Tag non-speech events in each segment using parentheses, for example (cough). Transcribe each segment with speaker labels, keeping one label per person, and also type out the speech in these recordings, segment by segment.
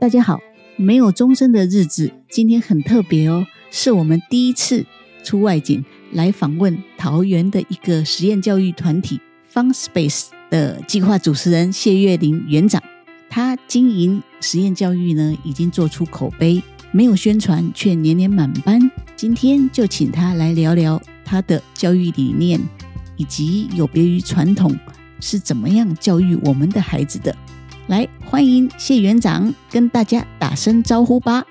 Speaker 1: 大家好，没有钟声的日子，今天很特别哦，是我们第一次出外景来访问桃园的一个实验教育团体 Fun Space 的计划主持人谢月玲园长。他经营实验教育呢，已经做出口碑，没有宣传却年年满班。今天就请他来聊聊他的教育理念，以及有别于传统是怎么样教育我们的孩子的。来，欢迎谢园长跟大家打声招呼吧。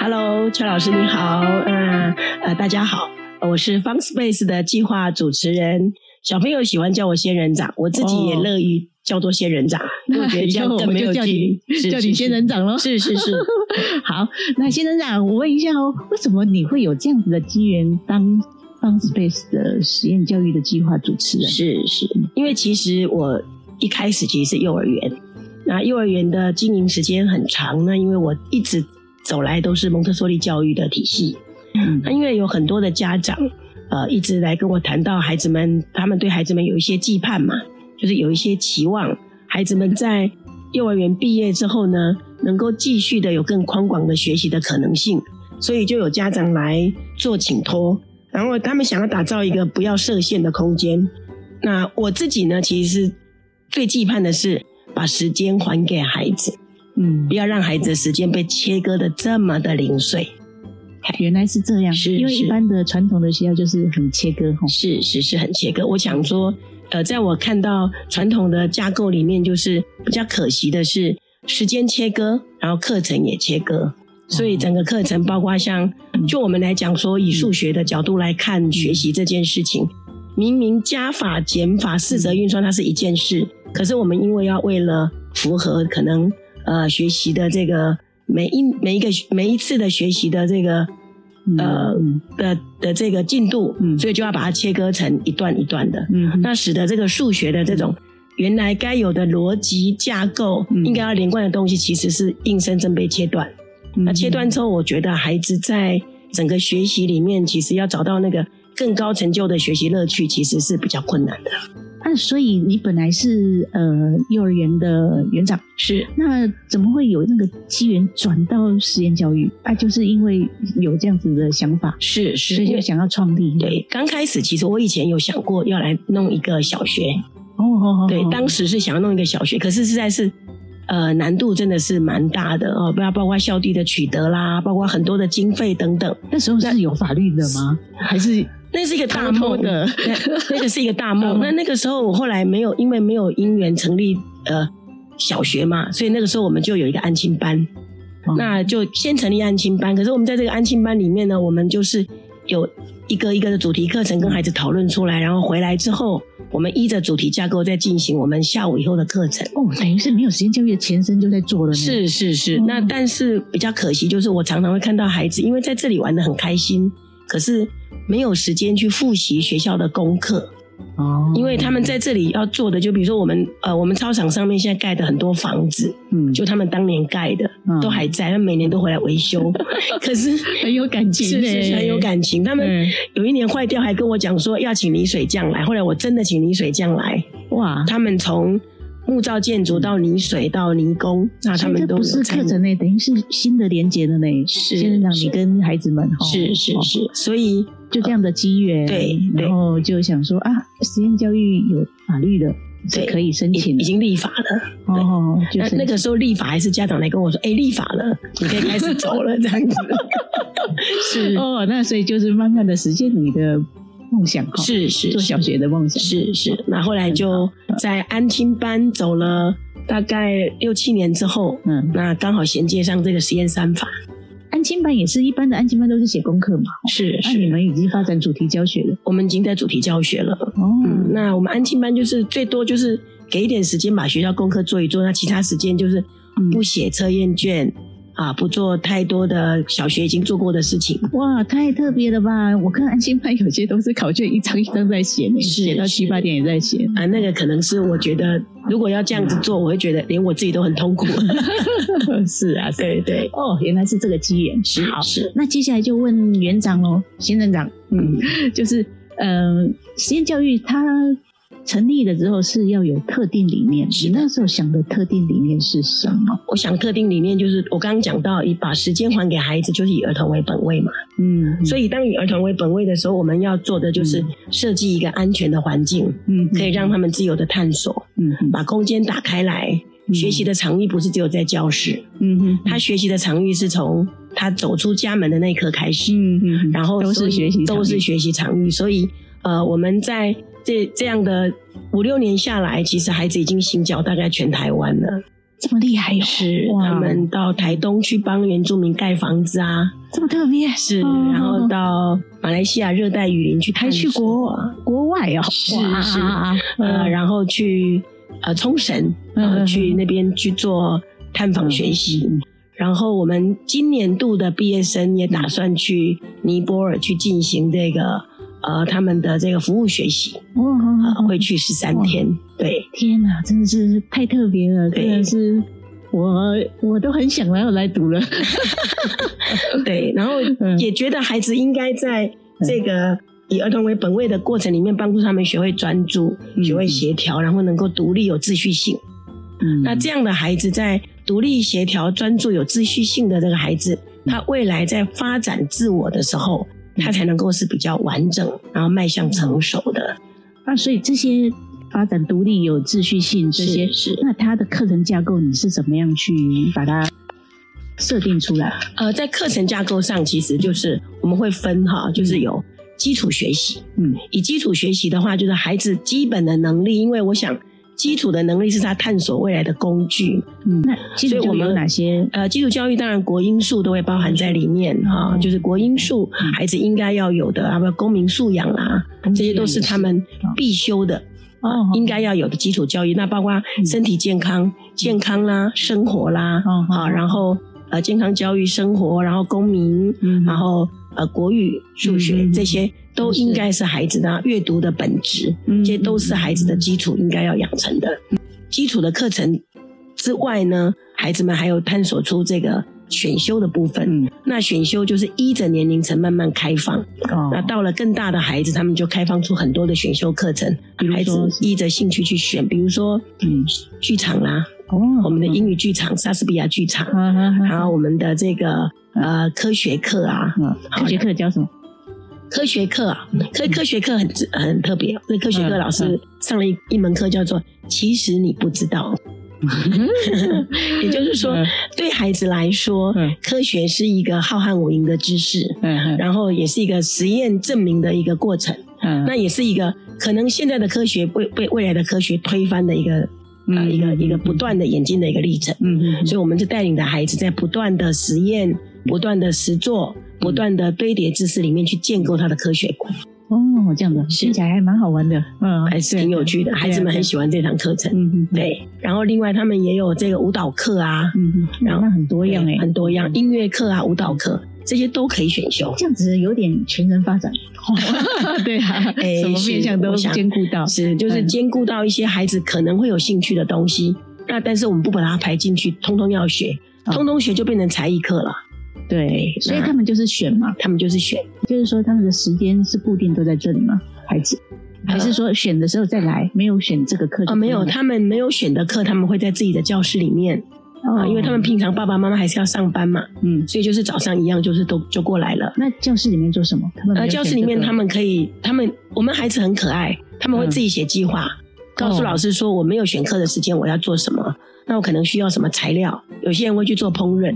Speaker 2: Hello，崔老师你好，嗯呃大家好，我是 Fun Space 的计划主持人，小朋友喜欢叫我仙人掌，我自己也
Speaker 3: 哦
Speaker 2: 乐于叫做仙人掌，因为我觉得
Speaker 3: (laughs)
Speaker 2: 这样更没有距离，是
Speaker 3: 叫你仙人，掌喽。
Speaker 2: 是是是是是，
Speaker 3: (laughs) 好，那仙人掌，我问一下哦，为什么你会有这样子的机缘当当 Space 的实验教育的计划主持人？
Speaker 2: 是是，因为其实我一开始其实是幼儿园，那幼儿园的经营时间很长呢，因为我一直走来都是蒙特梭利教育的体系，
Speaker 3: 嗯
Speaker 2: 那因为有很多的家长，呃，一直来跟我谈到孩子们，他们对孩子们有一些期盼嘛，就是有一些期望，孩子们在幼儿园毕业之后呢，能够继续的有更宽广的学习的可能性，所以就有家长来做请托，然后他们想要打造一个不要设限的空间。那我自己呢，其实是最期盼的是把时间还给孩子，
Speaker 3: 嗯
Speaker 2: 不，要让孩子的时间被切割的这么的零碎。
Speaker 3: 原来是这样，
Speaker 2: 是
Speaker 3: 因为
Speaker 2: 是
Speaker 3: 一般的传统的学校就是很切割吼。
Speaker 2: 是是是很切割。我想说，呃，在我看到传统的架构里面，就是比较可惜的是，时间切割，然后课程也切割，所以整个课程包括像，就我们来讲说，以数学的角度来看学习这件事情，明明加法、减法、四则运算它是一件事，可是我们因为要为了符合可能呃学习的这个每一每一个每一次的学习的这个呃
Speaker 3: 嗯
Speaker 2: 的的这个进度，
Speaker 3: 嗯
Speaker 2: 所以就要把它切割成一段一段的，
Speaker 3: 嗯嗯
Speaker 2: 那使得这个数学的这种原来该有的逻辑架构，
Speaker 3: 嗯
Speaker 2: 应该要连贯的东西，其实是硬生生被切断。
Speaker 3: 嗯
Speaker 2: 那切断之后，我觉得孩子在整个学习里面，其实要找到那个更高成就的学习乐趣，其实是比较困难的。
Speaker 3: 啊，所以你本来是呃幼儿园的园长，
Speaker 2: 是
Speaker 3: 那怎么会有那个机缘转到实验教育？啊，就是因为有这样子的想法，
Speaker 2: 是
Speaker 3: 所以就想要创立。，
Speaker 2: 对，刚开始其实我以前有想过要来弄一个小学，
Speaker 3: 哦哦哦，
Speaker 2: 对，
Speaker 3: 哦
Speaker 2: 当时是想要弄一个小学，可是实在是，呃，难度真的是蛮大的哦，不要包括校地的取得啦，包括很多的经费等等，
Speaker 3: 那时候是有法律的吗？还是
Speaker 2: 那是一个大
Speaker 3: 偷偷
Speaker 2: 梦
Speaker 3: 的
Speaker 2: 对 (laughs) 那个是一个大梦。
Speaker 3: 嗯
Speaker 2: 那那个时候我后来没有，因为没有因缘成立呃小学嘛，所以那个时候我们就有一个安亲班，
Speaker 3: 哦
Speaker 2: 那就先成立安亲班。可是我们在这个安亲班里面呢，我们就是有一个一个的主题课程跟孩子讨论出来，然后回来之后，我们依着主题架构再进行我们下午以后的课程。
Speaker 3: 哦，等于是没有时间教育的前身就在做了呢。
Speaker 2: 是是是，
Speaker 3: 嗯
Speaker 2: 那但是比较可惜，就是我常常会看到孩子，因为在这里玩的很开心，可是没有时间去复习学校的功课，
Speaker 3: 哦，
Speaker 2: 因为他们在这里要做的，就比如说我们呃，我们操场上面现在盖的很多房子，
Speaker 3: 嗯
Speaker 2: 就他们当年盖的
Speaker 3: 嗯
Speaker 2: 都还在，他们每年都回来维
Speaker 3: (laughs)
Speaker 2: 修，可是
Speaker 3: 很有感情
Speaker 2: 是
Speaker 3: 呢，
Speaker 2: 是是很有感情，他们
Speaker 3: 嗯
Speaker 2: 有一年坏掉还跟我讲说要请泥水匠来，后来我真的请泥水匠来，
Speaker 3: 哇。
Speaker 2: 他们从。木造建筑到泥水到泥工，那他
Speaker 3: 所以
Speaker 2: 们
Speaker 3: 这
Speaker 2: 都
Speaker 3: 不
Speaker 2: 有
Speaker 3: 是
Speaker 2: 参
Speaker 3: 课
Speaker 2: 与
Speaker 3: 程呢，等于是新的连接了呢。是先让你
Speaker 2: 是
Speaker 3: 跟孩子们哦
Speaker 2: 是是
Speaker 3: 哦
Speaker 2: 是，所以
Speaker 3: 就这样的机缘，
Speaker 2: 对对
Speaker 3: 然后就想说啊，实验教育有法律的，是
Speaker 2: 对
Speaker 3: 可以申
Speaker 2: 已
Speaker 3: 请的，
Speaker 2: 已经立法了。
Speaker 3: 哦，就
Speaker 2: (laughs) 那
Speaker 3: 是
Speaker 2: 那个时候立法还是家长来跟我说：“哎，立法 (laughs) 了，你可以开始走了。”这样子。 (laughs) 是
Speaker 3: 哦，那所以就是慢慢的实现你的梦想哈，
Speaker 2: 是是
Speaker 3: 做小学的梦想
Speaker 2: 是是，那后来就在安亲班走了大概六七年之后，
Speaker 3: 嗯，
Speaker 2: 那刚好衔接上这个实验三法。
Speaker 3: 安亲班也是一般的安亲班都是写功课嘛，
Speaker 2: 是
Speaker 3: 那你，们已经发展主题教学了
Speaker 2: 我们已经在主题教学了。
Speaker 3: 哦，
Speaker 2: 嗯，那我们安亲班就是最多就是给一点时间把学校功课做一做，那其他时间就是
Speaker 3: 嗯
Speaker 2: 不写测验卷、啊，不做太多的小学已经做过的事情。
Speaker 3: 哇，太特别了吧！我看安心班有些都是考卷一张一张在写呢，
Speaker 2: 是
Speaker 3: 写到七
Speaker 2: 是
Speaker 3: 八点也在写。
Speaker 2: 啊，那个可能是我觉得，如果要这样子做，我会觉得连我自己都很痛苦。
Speaker 3: (laughs) 是啊，是
Speaker 2: 对对，
Speaker 3: 哦，原来是这个机缘。
Speaker 2: 是
Speaker 3: 好，
Speaker 2: 是，
Speaker 3: 那接下来就问园长喽，仙人长， (laughs)
Speaker 2: 嗯，
Speaker 3: 就是嗯、呃实验教育它成立了之后是要有特定理念。
Speaker 2: 是
Speaker 3: 你
Speaker 2: 的
Speaker 3: 那时候想的特定理念是什么？
Speaker 2: (laughs) 我想特定理念就是我刚刚讲到，以把时间还给孩子，就是以儿童为本位嘛。
Speaker 3: 嗯，
Speaker 2: 所
Speaker 3: 以
Speaker 2: 以当以儿童为本位的时候，我们要做的就是设计一个安全的环境，
Speaker 3: 嗯，
Speaker 2: 可以让他们自由的探索，
Speaker 3: 嗯嗯
Speaker 2: 把空间打开来。
Speaker 3: 嗯
Speaker 2: 学习的场域不是只有在教室，
Speaker 3: 嗯嗯，
Speaker 2: 他学习的场域是从他走出家门的那一刻开始。
Speaker 3: 嗯嗯，
Speaker 2: 然后
Speaker 3: 都
Speaker 2: 所
Speaker 3: 是
Speaker 2: 以
Speaker 3: 学习场
Speaker 2: 都是
Speaker 3: 域
Speaker 2: 学习场域，所以呃，我们在这这样的五六年下来，其实孩子已经行脚大概全台湾了。
Speaker 3: 这么厉害哟，
Speaker 2: 是
Speaker 3: 哇
Speaker 2: 他们到台东去帮原住民盖房子啊，
Speaker 3: 这么特别，
Speaker 2: 是，
Speaker 3: 哦
Speaker 2: 然后到马来西亚热带雨林去
Speaker 3: 还
Speaker 2: 探
Speaker 3: 去
Speaker 2: 索
Speaker 3: 国
Speaker 2: 啊，
Speaker 3: 国外哦，
Speaker 2: 是
Speaker 3: 哇
Speaker 2: 是
Speaker 3: 啊啊
Speaker 2: 呃，
Speaker 3: 嗯
Speaker 2: 然后去呃冲绳，
Speaker 3: 嗯嗯
Speaker 2: 呃，
Speaker 3: 嗯
Speaker 2: 去那边去做探访学习。
Speaker 3: 嗯
Speaker 2: 然后我们今年度的毕业生也打算去尼泊尔去进行这个呃他们的这个服务学习，
Speaker 3: 哇啊
Speaker 2: 呃，
Speaker 3: 哇，
Speaker 2: 会去
Speaker 3: 嗯
Speaker 2: 十三天。
Speaker 3: (laughs)
Speaker 2: 对，
Speaker 3: 天哪，真的是太特别了，
Speaker 2: 对
Speaker 3: 真的是我我都很想要来读了，
Speaker 2: 对，然后
Speaker 3: 嗯
Speaker 2: 也觉得孩子应该在这个以儿童为本位的过程里面，帮助他们学会专注、
Speaker 3: 嗯
Speaker 2: 学会协调，然后能够独立、有秩序性。
Speaker 3: (laughs) 嗯
Speaker 2: 那这样的孩子在独立、协调、专注、有秩序性的这个孩子，他未来在发展自我的时候，他才能够是比较完整，然后迈向成熟的。
Speaker 3: 啊，所以这些发展独立、有秩序性这些，
Speaker 2: 是是
Speaker 3: 那它的课程架构你是怎么样去把它设定出来？
Speaker 2: 呃，在课程架构上，其实就是我们会分哈，就是有基础学习。
Speaker 3: 嗯
Speaker 2: 以基础学习的话，就是孩子基本的能力，因为我想基础的能力是他探索未来的工具。
Speaker 3: 嗯，那基
Speaker 2: 所
Speaker 3: 本
Speaker 2: 以我
Speaker 3: 就
Speaker 2: 们
Speaker 3: 有哪些？
Speaker 2: 呃，基础教育当然国英数都会包含在里面啊、
Speaker 3: 嗯
Speaker 2: 就是国英数
Speaker 3: 嗯
Speaker 2: 孩子应该要有的，啊，不公民素养啊啦、这些
Speaker 3: 嗯
Speaker 2: 都是他们必修的。
Speaker 3: 哦嗯
Speaker 2: 啊，应该要有的基础教育，那包括身体健康、健康啦、生活啦，
Speaker 3: 哦
Speaker 2: 啊，然后呃，健康教育、生活，然后公民，
Speaker 3: 嗯
Speaker 2: 然后呃，国语、数学、
Speaker 3: 嗯嗯嗯
Speaker 2: 这些都
Speaker 3: 是
Speaker 2: 应该是孩子的阅读的本质，
Speaker 3: 嗯
Speaker 2: 这些都是孩子的基础应该要养成的。基础的课程之外呢，孩子们还有探索出这个选修的部分。
Speaker 3: 嗯
Speaker 2: 那选修就是依着年龄层慢慢开放，
Speaker 3: 哦
Speaker 2: 那到了更大的孩子，他们就开放出很多的选修课程
Speaker 3: 比，如
Speaker 2: 孩子
Speaker 3: 说
Speaker 2: 依着兴趣去选，比如说
Speaker 3: 嗯
Speaker 2: 剧场啦，
Speaker 3: 哦
Speaker 2: 我们的英语剧场、莎士比亚剧场，
Speaker 3: 啊啊啊
Speaker 2: 然后我们的这个呃科学课啊，
Speaker 3: 嗯，这节课教什么？
Speaker 2: 科学课啊，
Speaker 3: 嗯
Speaker 2: 科科学课很很特别哦，那科学课老师上了一一门课叫做“其实你不
Speaker 3: (laughs)
Speaker 2: 知道”，也就是说
Speaker 3: 嗯，
Speaker 2: 对孩子来说
Speaker 3: 嗯，
Speaker 2: 科学是一个浩瀚无垠的知识，
Speaker 3: 嗯
Speaker 2: 然后也是一个实验证明的一个过程。
Speaker 3: 嗯
Speaker 2: 那也是一个可能现在的科学被被未来的科学推翻的一个、呃
Speaker 3: 嗯
Speaker 2: 一个一个不断的演进的一个历程。
Speaker 3: 嗯嗯
Speaker 2: 所以我们就带领着孩子在不断的实验、不断的实做、
Speaker 3: 嗯
Speaker 2: 不断的堆叠知识里面去建构他的科学观，
Speaker 3: 哦，这样的
Speaker 2: 嗯是
Speaker 3: 听起来还蛮好玩的，嗯，
Speaker 2: 还是挺有趣的。孩子们很喜欢这堂课程。
Speaker 3: 啊嗯嗯
Speaker 2: 对，然后另外他们也有这个舞蹈课啊，
Speaker 3: 嗯嗯，
Speaker 2: 然后
Speaker 3: 那很多样哎
Speaker 2: 对，很多样，音乐课啊、舞蹈课这些都可以选修。
Speaker 3: 这样子有点全人发展， (laughs) 对啊，
Speaker 2: (laughs) 哎
Speaker 3: 什么面向都
Speaker 2: 是我想
Speaker 3: 兼顾到，
Speaker 2: 是，就是
Speaker 3: 嗯
Speaker 2: 兼顾到一些孩子可能会有兴趣的东西，那但是我们不把它排进去，通通要学，
Speaker 3: 哦
Speaker 2: 通通学就变成才艺课了。
Speaker 3: 对，所以
Speaker 2: 那
Speaker 3: 他们就是选嘛，
Speaker 2: 他们就是选，
Speaker 3: 就是说他们的时间是固定都在这里吗？孩子，还是说选的时候再来，没有选这个课就
Speaker 2: 呃哦，没有，
Speaker 3: 不用
Speaker 2: 他们没有选的课，他们会在自己的教室里面啊、
Speaker 3: 哦，
Speaker 2: 因为他们平常爸爸妈妈还是要上班嘛，
Speaker 3: 嗯，
Speaker 2: 所以就是早上一样，就是都就过来了。
Speaker 3: 那教室里面做什么？他们没嗯
Speaker 2: 呃，
Speaker 3: 有
Speaker 2: 教室
Speaker 3: 选
Speaker 2: 里
Speaker 3: 这
Speaker 2: 面
Speaker 3: 个
Speaker 2: 他们可以，他们我们孩子很可爱，他们会
Speaker 3: 嗯
Speaker 2: 自己写计划，告诉
Speaker 3: 哦
Speaker 2: 老师说我没有选课的时间，我要做什么，那我可能需要什么材料。有些人会去做烹饪，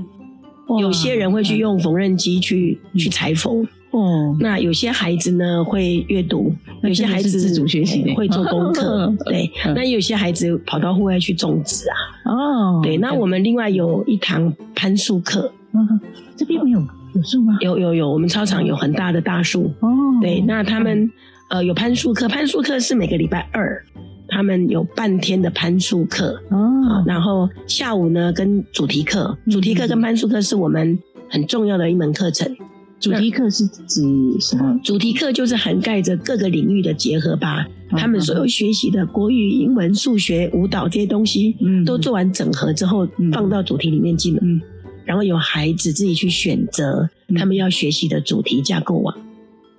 Speaker 3: 哇嗯
Speaker 2: 有些人会去用缝纫机去、去裁缝，
Speaker 3: 哦，
Speaker 2: 那有些孩子呢会阅读，
Speaker 3: 那
Speaker 2: 有些
Speaker 3: 真的
Speaker 2: 孩
Speaker 3: 是
Speaker 2: 子
Speaker 3: 自主学习的，
Speaker 2: 会做功课
Speaker 3: (laughs)
Speaker 2: 对。
Speaker 3: 嗯
Speaker 2: 那有些孩子跑到户外去种植啊，
Speaker 3: 哦，
Speaker 2: 对。那我们另外有一堂攀树课，
Speaker 3: 嗯这边没有有树吗？
Speaker 2: 有有有，我们操场有很大的大树，
Speaker 3: 哦，
Speaker 2: 对。那他们呃有攀树课，攀树课是每个礼拜二，他们有半天的攀树课啊
Speaker 3: 哦，，
Speaker 2: 然后下午呢跟主题课，
Speaker 3: 嗯
Speaker 2: 主题课跟攀树课是我们很重要的一门课程。
Speaker 3: 主题课是指什么？
Speaker 2: 主题课就是涵盖着各个领域的结合，把
Speaker 3: 嗯
Speaker 2: 他们所有学习的国语、英文、数学、舞蹈这些东西
Speaker 3: 嗯，
Speaker 2: 都做完整合之后
Speaker 3: 嗯，
Speaker 2: 放到主题里面进来
Speaker 3: 嗯，
Speaker 2: 然后有孩子自己去选择
Speaker 3: 嗯
Speaker 2: 他们要学习的主题架构网。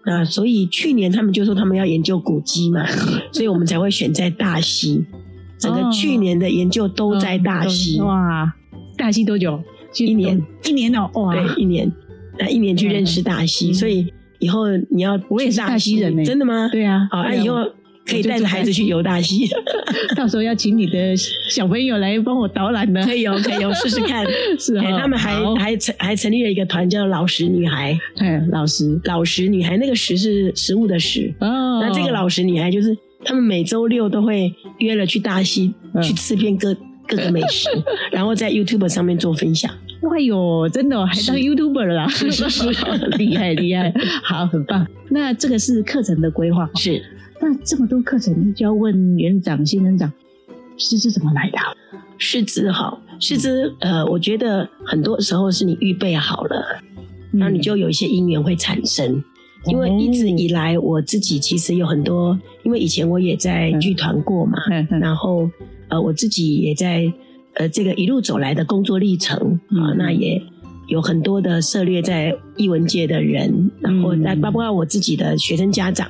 Speaker 2: 那所以去年他们就说他们要研究古迹
Speaker 3: (laughs)
Speaker 2: 嘛，所以我们才会选在大溪。整个去年的研究都在大溪，
Speaker 3: 哦嗯哇，大溪多久？去
Speaker 2: 一年，
Speaker 3: 一年哦，哇，
Speaker 2: 对，一年，那一年去认识大溪，
Speaker 3: 嗯
Speaker 2: 所以以后你要
Speaker 3: 我也是
Speaker 2: 去
Speaker 3: 大溪人呢
Speaker 2: 真的吗？
Speaker 3: 对啊，
Speaker 2: 好，那
Speaker 3: 对啊
Speaker 2: 以后可以带着孩子去游大溪，
Speaker 3: 到时候要请你的小朋友来帮我导览呢。
Speaker 2: (laughs) 可以哦，可以哦，试试看。
Speaker 3: (laughs) 是
Speaker 2: 哎
Speaker 3: 啊，
Speaker 2: 他们还
Speaker 3: 好
Speaker 2: 还成还成立了一个团叫老实女孩，
Speaker 3: 哎老师
Speaker 2: 老实女孩那个实是食物的食，
Speaker 3: 哦，
Speaker 2: 那这个老实女孩就是他们每周六都会约了去大溪
Speaker 3: 嗯
Speaker 2: 去吃遍各各个美
Speaker 3: (laughs)
Speaker 2: 食，然后在 YouTube 上面做分享。
Speaker 3: 哎呦，真的哦、还当
Speaker 2: 是
Speaker 3: YouTuber 了啦，
Speaker 2: (laughs) 是是是
Speaker 3: (laughs) 厉害厉害，好，很棒。那这个是课程的规划哦，
Speaker 2: 是，
Speaker 3: 那这么多课程就要问园长、新园长，师资怎么来的啊？
Speaker 2: 师资好，师资
Speaker 3: 嗯
Speaker 2: 呃，我觉得很多时候是你预备好了，
Speaker 3: 嗯
Speaker 2: 那你就有一些因缘会产生。因为一
Speaker 3: 哦
Speaker 2: 直以来我自己其实有很多，因为以前我也在剧团过嘛，
Speaker 3: 嗯嗯
Speaker 2: 然后呃我自己也在呃这个一路走来的工作历程啊、
Speaker 3: 嗯
Speaker 2: 那也有很多的涉猎在艺文界的人，然后
Speaker 3: 嗯
Speaker 2: 那包括我自己的学生家长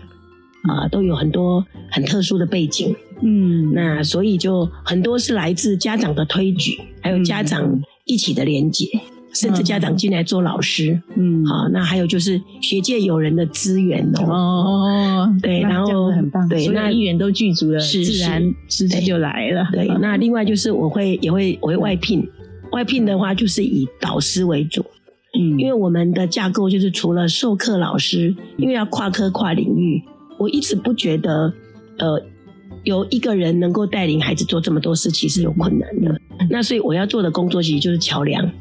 Speaker 2: 啊、都有很多很特殊的背景。
Speaker 3: 嗯
Speaker 2: 那所以就很多是来自家长的推举，还有家
Speaker 3: 嗯
Speaker 2: 长一起的连结，甚至家长进来做老师。
Speaker 3: 嗯
Speaker 2: 好、那还有就是学界有人的资源哦。
Speaker 3: 哦，
Speaker 2: 对
Speaker 3: 那
Speaker 2: 然后
Speaker 3: 这样子很棒，
Speaker 2: 对
Speaker 3: 所有
Speaker 2: 那
Speaker 3: 议员都具足了，
Speaker 2: 是
Speaker 3: 自然师资
Speaker 2: 对
Speaker 3: 就来了。
Speaker 2: (laughs) 对，那另外就是我会也会我会外聘，外聘的话就是以导师为主，
Speaker 3: 嗯，
Speaker 2: 因为我们的架构就是除了授课老师，因为要跨科跨领域，我一直不觉得呃。有一个人能够带领孩子做这么多事，其实有困难的。
Speaker 3: 嗯
Speaker 2: 那所以我要做的工作其实就是桥梁，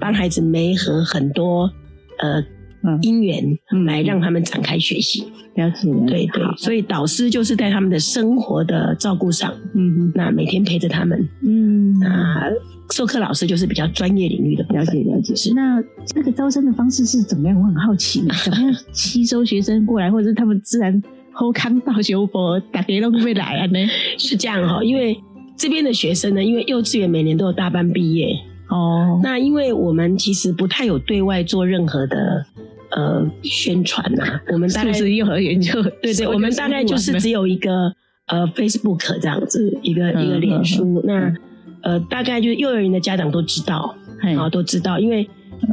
Speaker 2: 帮孩子媒合很多呃
Speaker 3: 嗯
Speaker 2: 因缘
Speaker 3: 嗯
Speaker 2: 来让他们展开学习。
Speaker 3: 了解了，
Speaker 2: 对对
Speaker 3: 好，
Speaker 2: 所以导师就是在他们的生活的照顾上，
Speaker 3: 嗯
Speaker 2: 那每天陪着他们。
Speaker 3: 嗯
Speaker 2: 那授课老师就是比较专业领域的部分
Speaker 3: 了解了解，
Speaker 2: 是
Speaker 3: 那这个招生的方式是怎么样？我很好
Speaker 2: (laughs)
Speaker 3: 奇，怎么样吸收学生过来，或者是他们自然后康到修佛，大家都会来啊
Speaker 2: (laughs)
Speaker 3: 呢？
Speaker 2: 是这样哈、因为这边的学生呢，因为幼稚园每年都有大班毕业，
Speaker 3: 哦，
Speaker 2: 那因为我们其实不太有对外做任何的呃宣传呐、
Speaker 3: (laughs)
Speaker 2: 我们大
Speaker 3: 是
Speaker 2: 概
Speaker 3: 不是幼儿园就
Speaker 2: (laughs) 对对，我们大概就是只有一个呃 Facebook 这样子，一个、
Speaker 3: 嗯
Speaker 2: 一个脸书，那呃大概就是幼儿园的家长都知道，
Speaker 3: 嘿
Speaker 2: 然后啊都知道，因为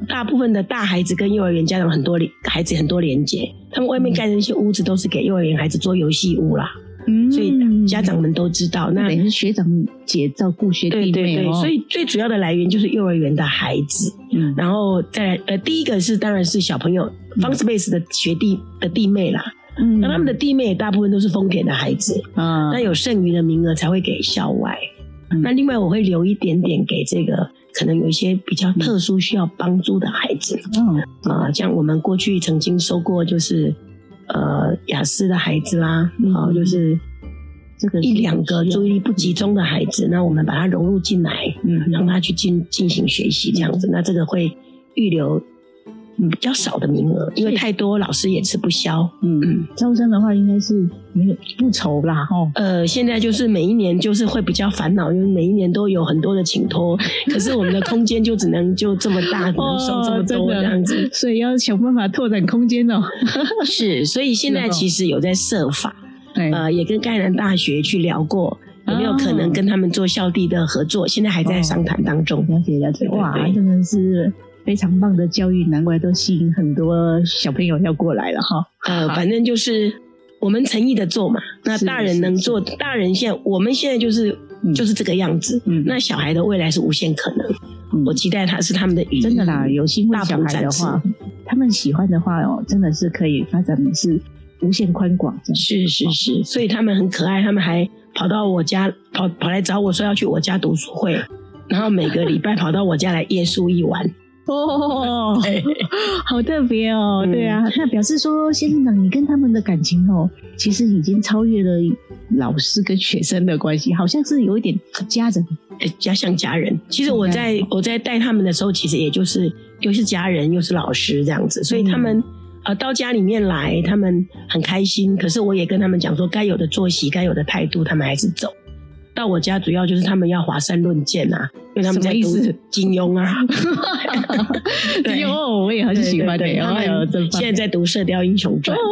Speaker 2: 大部分的大孩子跟幼儿园家长很多连孩子很多连结，他们外面盖的那些屋子都是给幼儿园孩子做游戏屋啦，
Speaker 3: 嗯
Speaker 2: 所以家长们都知道。那
Speaker 3: 那等于是学长姐照顾学
Speaker 2: 对
Speaker 3: 弟
Speaker 2: 对
Speaker 3: 妹
Speaker 2: 对，
Speaker 3: 哦，
Speaker 2: 所以最主要的来源就是幼儿园的孩子，
Speaker 3: 嗯
Speaker 2: 然后再来呃第一个是当然是小朋友 Fun Space 的学弟的弟妹啦，
Speaker 3: 嗯
Speaker 2: 那他们的弟妹也大部分都是丰田的孩子，
Speaker 3: 啊
Speaker 2: 那有剩余的名额才会给校外
Speaker 3: 嗯。
Speaker 2: 那另外我会留一点点给这个可能有一些比较特殊需要帮助的孩子
Speaker 3: 嗯
Speaker 2: 啊、像我们过去曾经收过就是呃雅思的孩子啦，
Speaker 3: 嗯
Speaker 2: 啊、就是
Speaker 3: 这个是
Speaker 2: 一两个
Speaker 3: 需要
Speaker 2: 注意力不集中的孩子，那我们把他融入进来，
Speaker 3: 嗯
Speaker 2: 让他去进进行学习这样子，那这个会预留嗯比较少的名额，因为太多老师也吃不消。
Speaker 3: 嗯
Speaker 2: 嗯
Speaker 3: 招生的话应该是没有不愁啦哦，
Speaker 2: 呃，现在就是每一年就是会比较烦恼，因为每一年都有很多的请托，可是我们的空间就只能就这么大，只能
Speaker 3: 哦
Speaker 2: 收这么多这样
Speaker 3: (laughs)
Speaker 2: 子。，
Speaker 3: 所以要想办法拓展空间哦。
Speaker 2: 是，所以现在其实有在设法，
Speaker 3: 哎
Speaker 2: 呃，也跟盖南大学去聊过，有没有可
Speaker 3: 哦
Speaker 2: 能跟他们做校地的合作，现在还在商谈当中。
Speaker 3: 了解了解，
Speaker 2: 对对
Speaker 3: 哇，
Speaker 2: 对
Speaker 3: 真的是非常棒的教育，难怪都吸引很多小朋友要过来了哈。
Speaker 2: 呃，反正就是我们诚意的做嘛。那
Speaker 3: 是
Speaker 2: 大人能做，大人现在我们现在就是、
Speaker 3: 嗯
Speaker 2: 就是这个样子。
Speaker 3: 嗯
Speaker 2: 那小孩的未来是无限可能，
Speaker 3: 嗯
Speaker 2: 我期待他是他们的语
Speaker 3: 真的啦，有心为
Speaker 2: 大
Speaker 3: 小
Speaker 2: 鹏
Speaker 3: 孩的
Speaker 2: 展翅
Speaker 3: 话，他们喜欢的话哦，真的是可以发展是无限宽广这样。
Speaker 2: 是是
Speaker 3: 哦
Speaker 2: 是，所以他们很可爱，他们还跑到我家跑跑来找我说要去我家读书会。然后每个礼拜跑到我家来夜宿一晚，
Speaker 3: (laughs) 哦，好特别哦，
Speaker 2: 嗯
Speaker 3: 对啊，那表示说，仙生长，你跟他们的感情哦，其实已经超越了老师跟学生的关系，好像是有一点家 (laughs) 人
Speaker 2: 哎家像家人。其实我在我在带他们的时候，其实也就是又是家人又是老师这样子，所以
Speaker 3: 嗯
Speaker 2: 他们、呃到家里面来，他们很开心。可是我也跟他们讲说，该有的作息、该有的态度，他们还是走。到我家主要就是他们要华山论剑啊，因为他们在
Speaker 3: 什么意
Speaker 2: 读
Speaker 3: 思
Speaker 2: (laughs) 金庸啊，对
Speaker 3: (laughs) 哟，我也很喜欢的、
Speaker 2: (laughs) 对对对他
Speaker 3: 哎呦，
Speaker 2: 们
Speaker 3: 真棒！
Speaker 2: 现在在读《射雕英雄传》
Speaker 3: 哦，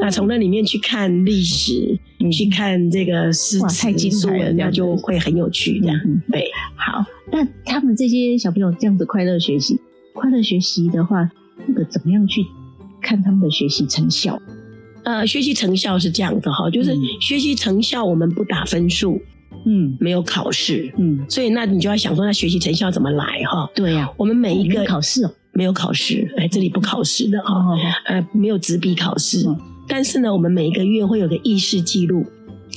Speaker 2: 那从那里面去看历史，
Speaker 3: 嗯
Speaker 2: 去看这个诗
Speaker 3: 哇太
Speaker 2: 词
Speaker 3: 精彩
Speaker 2: 书
Speaker 3: 了
Speaker 2: 文，
Speaker 3: 这
Speaker 2: 那
Speaker 3: 样子
Speaker 2: 就会很有趣这样。
Speaker 3: 嗯
Speaker 2: 对，好，
Speaker 3: 那他们这些小朋友这样子快乐学习，快乐学习的话，那个怎么样去看他们的学习成效？
Speaker 2: 呃，学习成效是这样的哈，就是
Speaker 3: 嗯
Speaker 2: 学习成效我们不打分数，
Speaker 3: 嗯
Speaker 2: 没有考试，
Speaker 3: 嗯，
Speaker 2: 所以那你就要想说，那学习成效怎么来哈？
Speaker 3: 对呀、
Speaker 2: 我们每一
Speaker 3: 没
Speaker 2: 个
Speaker 3: 有考试哦，
Speaker 2: 没有考试，哎，这里不考试的哈，
Speaker 3: 哦，
Speaker 2: 呃，没有纸笔考试
Speaker 3: 嗯，
Speaker 2: 但是呢，我们每一个月会有个意识记录，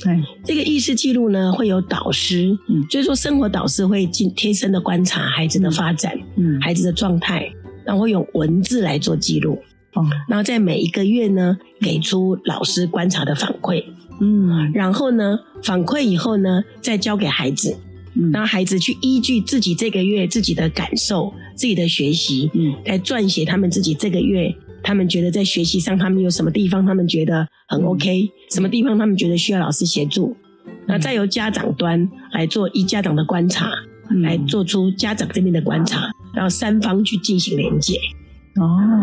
Speaker 3: 哎，
Speaker 2: 这个意识记录呢，会有导师，
Speaker 3: 嗯
Speaker 2: 就是说生活导师会进贴身的观察孩子的发展、
Speaker 3: 嗯，
Speaker 2: 孩子的状态，然后用文字来做记录，
Speaker 3: 哦，
Speaker 2: 然后在每一个月呢，给出老师观察的反馈，
Speaker 3: 嗯
Speaker 2: 然后呢，反馈以后呢，再交给孩子，
Speaker 3: 嗯
Speaker 2: 让孩子去依据自己这个月自己的感受、自己的学习，
Speaker 3: 嗯
Speaker 2: 来撰写他们自己这个月。他们觉得在学习上，他们有什么地方他们觉得很
Speaker 3: 嗯
Speaker 2: OK，、什么地方他们觉得需要老师协助，那再由家长端来做一家长的观察，
Speaker 3: 嗯
Speaker 2: 来做出家长这边的观察，然后三方去进行连接。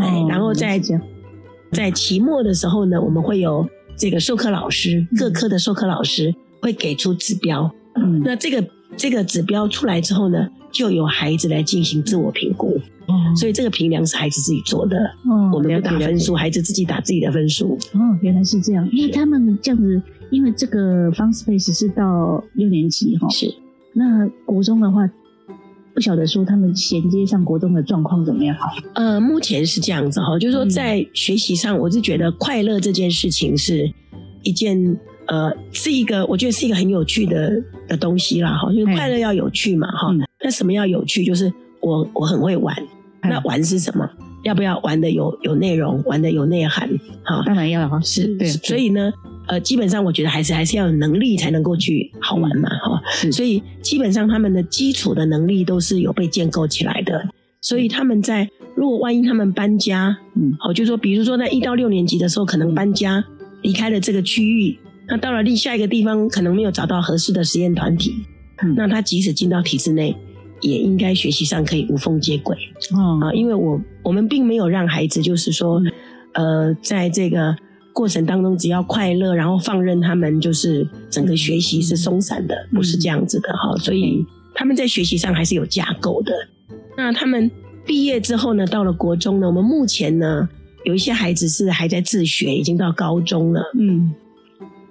Speaker 2: 哎
Speaker 3: 哦，
Speaker 2: 然后再
Speaker 3: 是这样，
Speaker 2: 在期末的时候呢，我们会有这个授课老师，
Speaker 3: 嗯
Speaker 2: 各科的授课老师会给出指标。
Speaker 3: 嗯，
Speaker 2: 那这个这个指标出来之后呢，就由孩子来进行自我评估。
Speaker 3: 哦
Speaker 2: 所以这个评量是孩子自己做的，
Speaker 3: 哦
Speaker 2: 我们不打
Speaker 3: 了解
Speaker 2: 分数，孩子自己打自己的分数。
Speaker 3: 哦，原来是这样。那他们这样子，因为这个 Fun Space 是到六年级哈，
Speaker 2: 是，
Speaker 3: 那国中的话，不晓得说他们衔接上国中的状况怎么样好？
Speaker 2: 呃，目前是这样子哈，就是说
Speaker 3: 嗯
Speaker 2: 在学习上，我是觉得快乐这件事情是一件呃，是一个我觉得是一个很有趣的的东西啦哈，就
Speaker 3: 嗯
Speaker 2: 是快乐要有趣嘛哈
Speaker 3: 嗯。
Speaker 2: 那、什么要有趣？就是我我很会玩，
Speaker 3: 嗯
Speaker 2: 那玩是什么？要不要玩的有有内容，玩的有内涵？哈，
Speaker 3: 当然要哈，
Speaker 2: 是，
Speaker 3: 对，
Speaker 2: 所以呢，呃，基本上我觉得还是还是要有能力才能够去好玩嘛哈。
Speaker 3: 是
Speaker 2: 所以基本上他们的基础的能力都是有被建构起来的。所以他们在如果万一他们搬家，
Speaker 3: 嗯
Speaker 2: 好，就说比如说在一到六年级的时候，可能搬家离开了这个区域，那到了另下一个地方，可能没有找到合适的实验团体，
Speaker 3: 嗯
Speaker 2: 那他即使进到体制内，也应该学习上可以无缝接轨。
Speaker 3: 哦
Speaker 2: 啊，因为我我们并没有让孩子就是说，呃，在这个过程当中只要快乐，然后放任他们，就是整个学习是松散的，不是这样子的哈、所以他们在学习上还是有架构的。那他们毕业之后呢，到了国中呢，我们目前呢有一些孩子是还在自学，已经到高中了。
Speaker 3: 嗯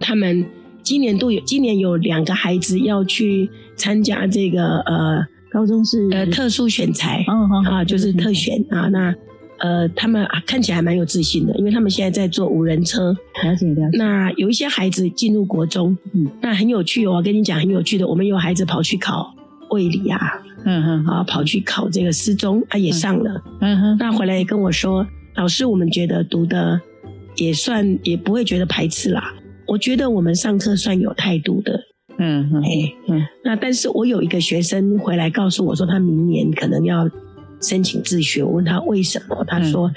Speaker 2: 他们今年度有今年有两个孩子要去参加这个呃
Speaker 3: 高中是
Speaker 2: 呃特殊选材，
Speaker 3: 嗯哦好
Speaker 2: 啊，就是特
Speaker 3: 选
Speaker 2: 选啊。那呃，他们啊看起来还蛮有自信的，因为他们现在在做无人车。
Speaker 3: 了解了解，
Speaker 2: 那有一些孩子进入国中，
Speaker 3: 嗯，
Speaker 2: 那很有趣哦。我跟你讲，很有趣的，我们有孩子跑去考卫理啊，
Speaker 3: 嗯嗯
Speaker 2: 啊，跑去考这个失踪啊，也上了。
Speaker 3: 嗯哼，
Speaker 2: 那回来也跟我说，老师，我们觉得读的也算也不会觉得排斥啦。我觉得我们上课算有态度的，
Speaker 3: 嗯嗯
Speaker 2: 哎、
Speaker 3: 嗯
Speaker 2: 那但是我有一个学生回来告诉我说，他明年可能要申请自学。我问他为什么，他
Speaker 3: 嗯
Speaker 2: 说，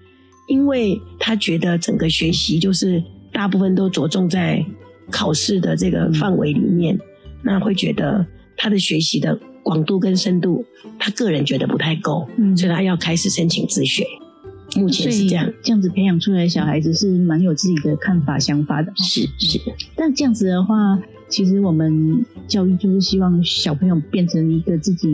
Speaker 2: 因为他觉得整个学习就是大部分都着重在考试的这个范围里面，
Speaker 3: 嗯
Speaker 2: 那会觉得他的学习的广度跟深度，他个人觉得不太够，
Speaker 3: 嗯哦
Speaker 2: 所以他要开始申请自学。目前是这样，，
Speaker 3: 这样子培养出来的小孩子是蛮有自己的看法想法的。
Speaker 2: 是是，
Speaker 3: 那这样子的话，其实我们教育就是希望小朋友变成一个自己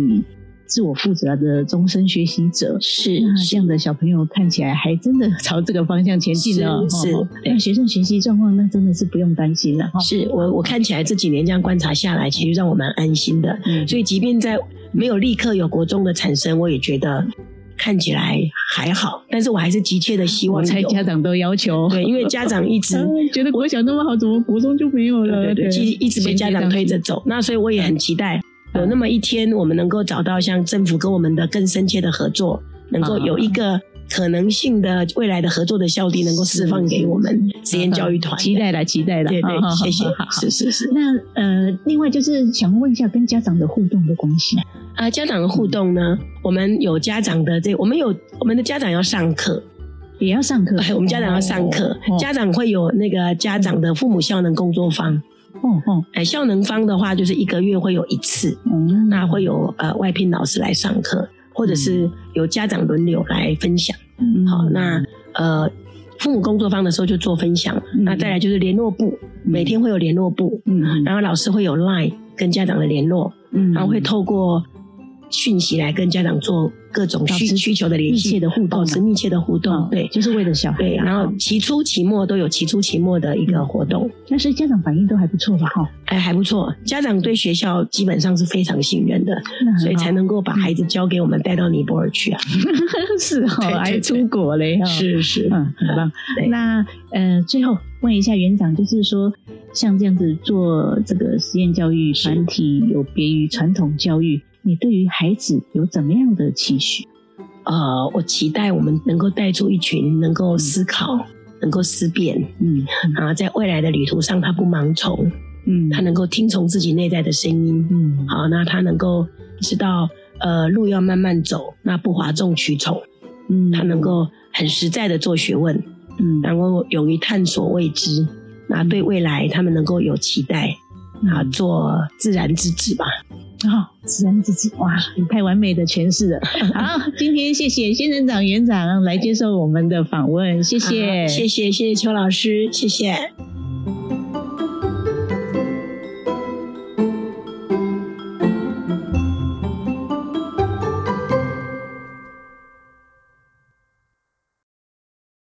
Speaker 3: 自我负责的终身学习者。
Speaker 2: 是
Speaker 3: 那
Speaker 2: 是
Speaker 3: 嗯这样的小朋友看起来还真的朝这个方向前进了哦。
Speaker 2: 是是
Speaker 3: 哦
Speaker 2: 对
Speaker 3: 那学生学习状况那真的是不用担心了哈。
Speaker 2: 是我我看起来这几年这样观察下来，其实让我蛮安心的。
Speaker 3: 嗯
Speaker 2: 所以即便在没有立刻有国中的产生，我也觉得看起来还好，但是我还是急切的希
Speaker 3: 我
Speaker 2: 望
Speaker 3: 猜
Speaker 2: 有
Speaker 3: 家长都要求，
Speaker 2: 对，因为家长
Speaker 3: (laughs)
Speaker 2: 一 (laughs) 直
Speaker 3: 啊觉得国小那么好，怎么国中就没有了？
Speaker 2: 嗯对对，一一直被家长推
Speaker 3: 衔接上去嗯
Speaker 2: 着走，那所以我也很期待有那么一天，我们能够找到像政府跟我们的更深切的合作，能够
Speaker 3: 啊
Speaker 2: 有一个可能性的未来的合作的效力，能够释放给我们实验教育团。
Speaker 3: 嗯期待了，啊期待了。
Speaker 2: 对
Speaker 3: 好好
Speaker 2: 对，
Speaker 3: 好
Speaker 2: 谢谢
Speaker 3: 好好，好 (laughs)
Speaker 2: 是是是。
Speaker 3: 那呃，另外就是想问一下跟家长的互动的关系。
Speaker 2: 啊，家长的互动呢，我们有家长的这，我们有我们的家长要上课，
Speaker 3: 也要上课
Speaker 2: 哎，，我们家长要上课，
Speaker 3: 嗯哦
Speaker 2: 家长会有那个家长的父母效能工作坊。
Speaker 3: 哦哦，
Speaker 2: 哎，效能方的话，就是一个月会有一次，
Speaker 3: 嗯，
Speaker 2: 那会有呃外聘老师来上课，或者是由家长轮流来分享。
Speaker 3: 嗯
Speaker 2: 好，那呃。父母工作坊的时候就做分享了，
Speaker 3: 嗯
Speaker 2: 那再来就是联络部，每天会有联络部，
Speaker 3: 嗯
Speaker 2: 然后老师会有 Line 跟家长的联络，
Speaker 3: 嗯
Speaker 2: 然后会透过讯息来跟家长做各种需
Speaker 3: 保持
Speaker 2: 需求的联
Speaker 3: 密切
Speaker 2: 系，
Speaker 3: 的互动
Speaker 2: 保
Speaker 3: 啊，
Speaker 2: 持密切的互动
Speaker 3: 哦，
Speaker 2: 对。
Speaker 3: 就是为了小孩
Speaker 2: 对，
Speaker 3: 啊。
Speaker 2: 然
Speaker 3: 哦
Speaker 2: 后期初期末都有期初期末的一个活动，
Speaker 3: 但是家长反应都还不错吧？哈，
Speaker 2: 哎，还不错。家长对学校基本上是非常信任的，
Speaker 3: 那很
Speaker 2: 所以
Speaker 3: 好
Speaker 2: 才能够把孩子交给我们带到尼泊尔去啊。
Speaker 3: (laughs) 是哈
Speaker 2: 对，对
Speaker 3: 还
Speaker 2: 对
Speaker 3: 出国嘞哈。。
Speaker 2: 是是，
Speaker 3: 嗯，很棒
Speaker 2: 对。
Speaker 3: 那呃，最后问一下园长，就是说，像这样子做这个实验教育团体，有别于传统教育，你对于孩子有怎么样的期许？
Speaker 2: 呃，我期待我们能够带出一群能够思考、能够思辨
Speaker 3: 嗯
Speaker 2: 啊，在未来的旅途上，他不盲从，
Speaker 3: 嗯
Speaker 2: 他能够听从自己内在的声音。
Speaker 3: 嗯
Speaker 2: 好，那他能够知道，呃，路要慢慢走，那不哗众取宠。
Speaker 3: 嗯
Speaker 2: 他能够很实在的做学问，
Speaker 3: 嗯
Speaker 2: 然后勇于探索未知。那对未来，他们能够有期待啊，
Speaker 3: 嗯
Speaker 2: 做自然之子吧。
Speaker 3: 哦，自然自己哇，你太完美的诠释了。好，今天谢谢仙人啊掌园长来接受我们的访问，谢谢，
Speaker 2: 啊好谢谢，谢谢邱老师，谢谢。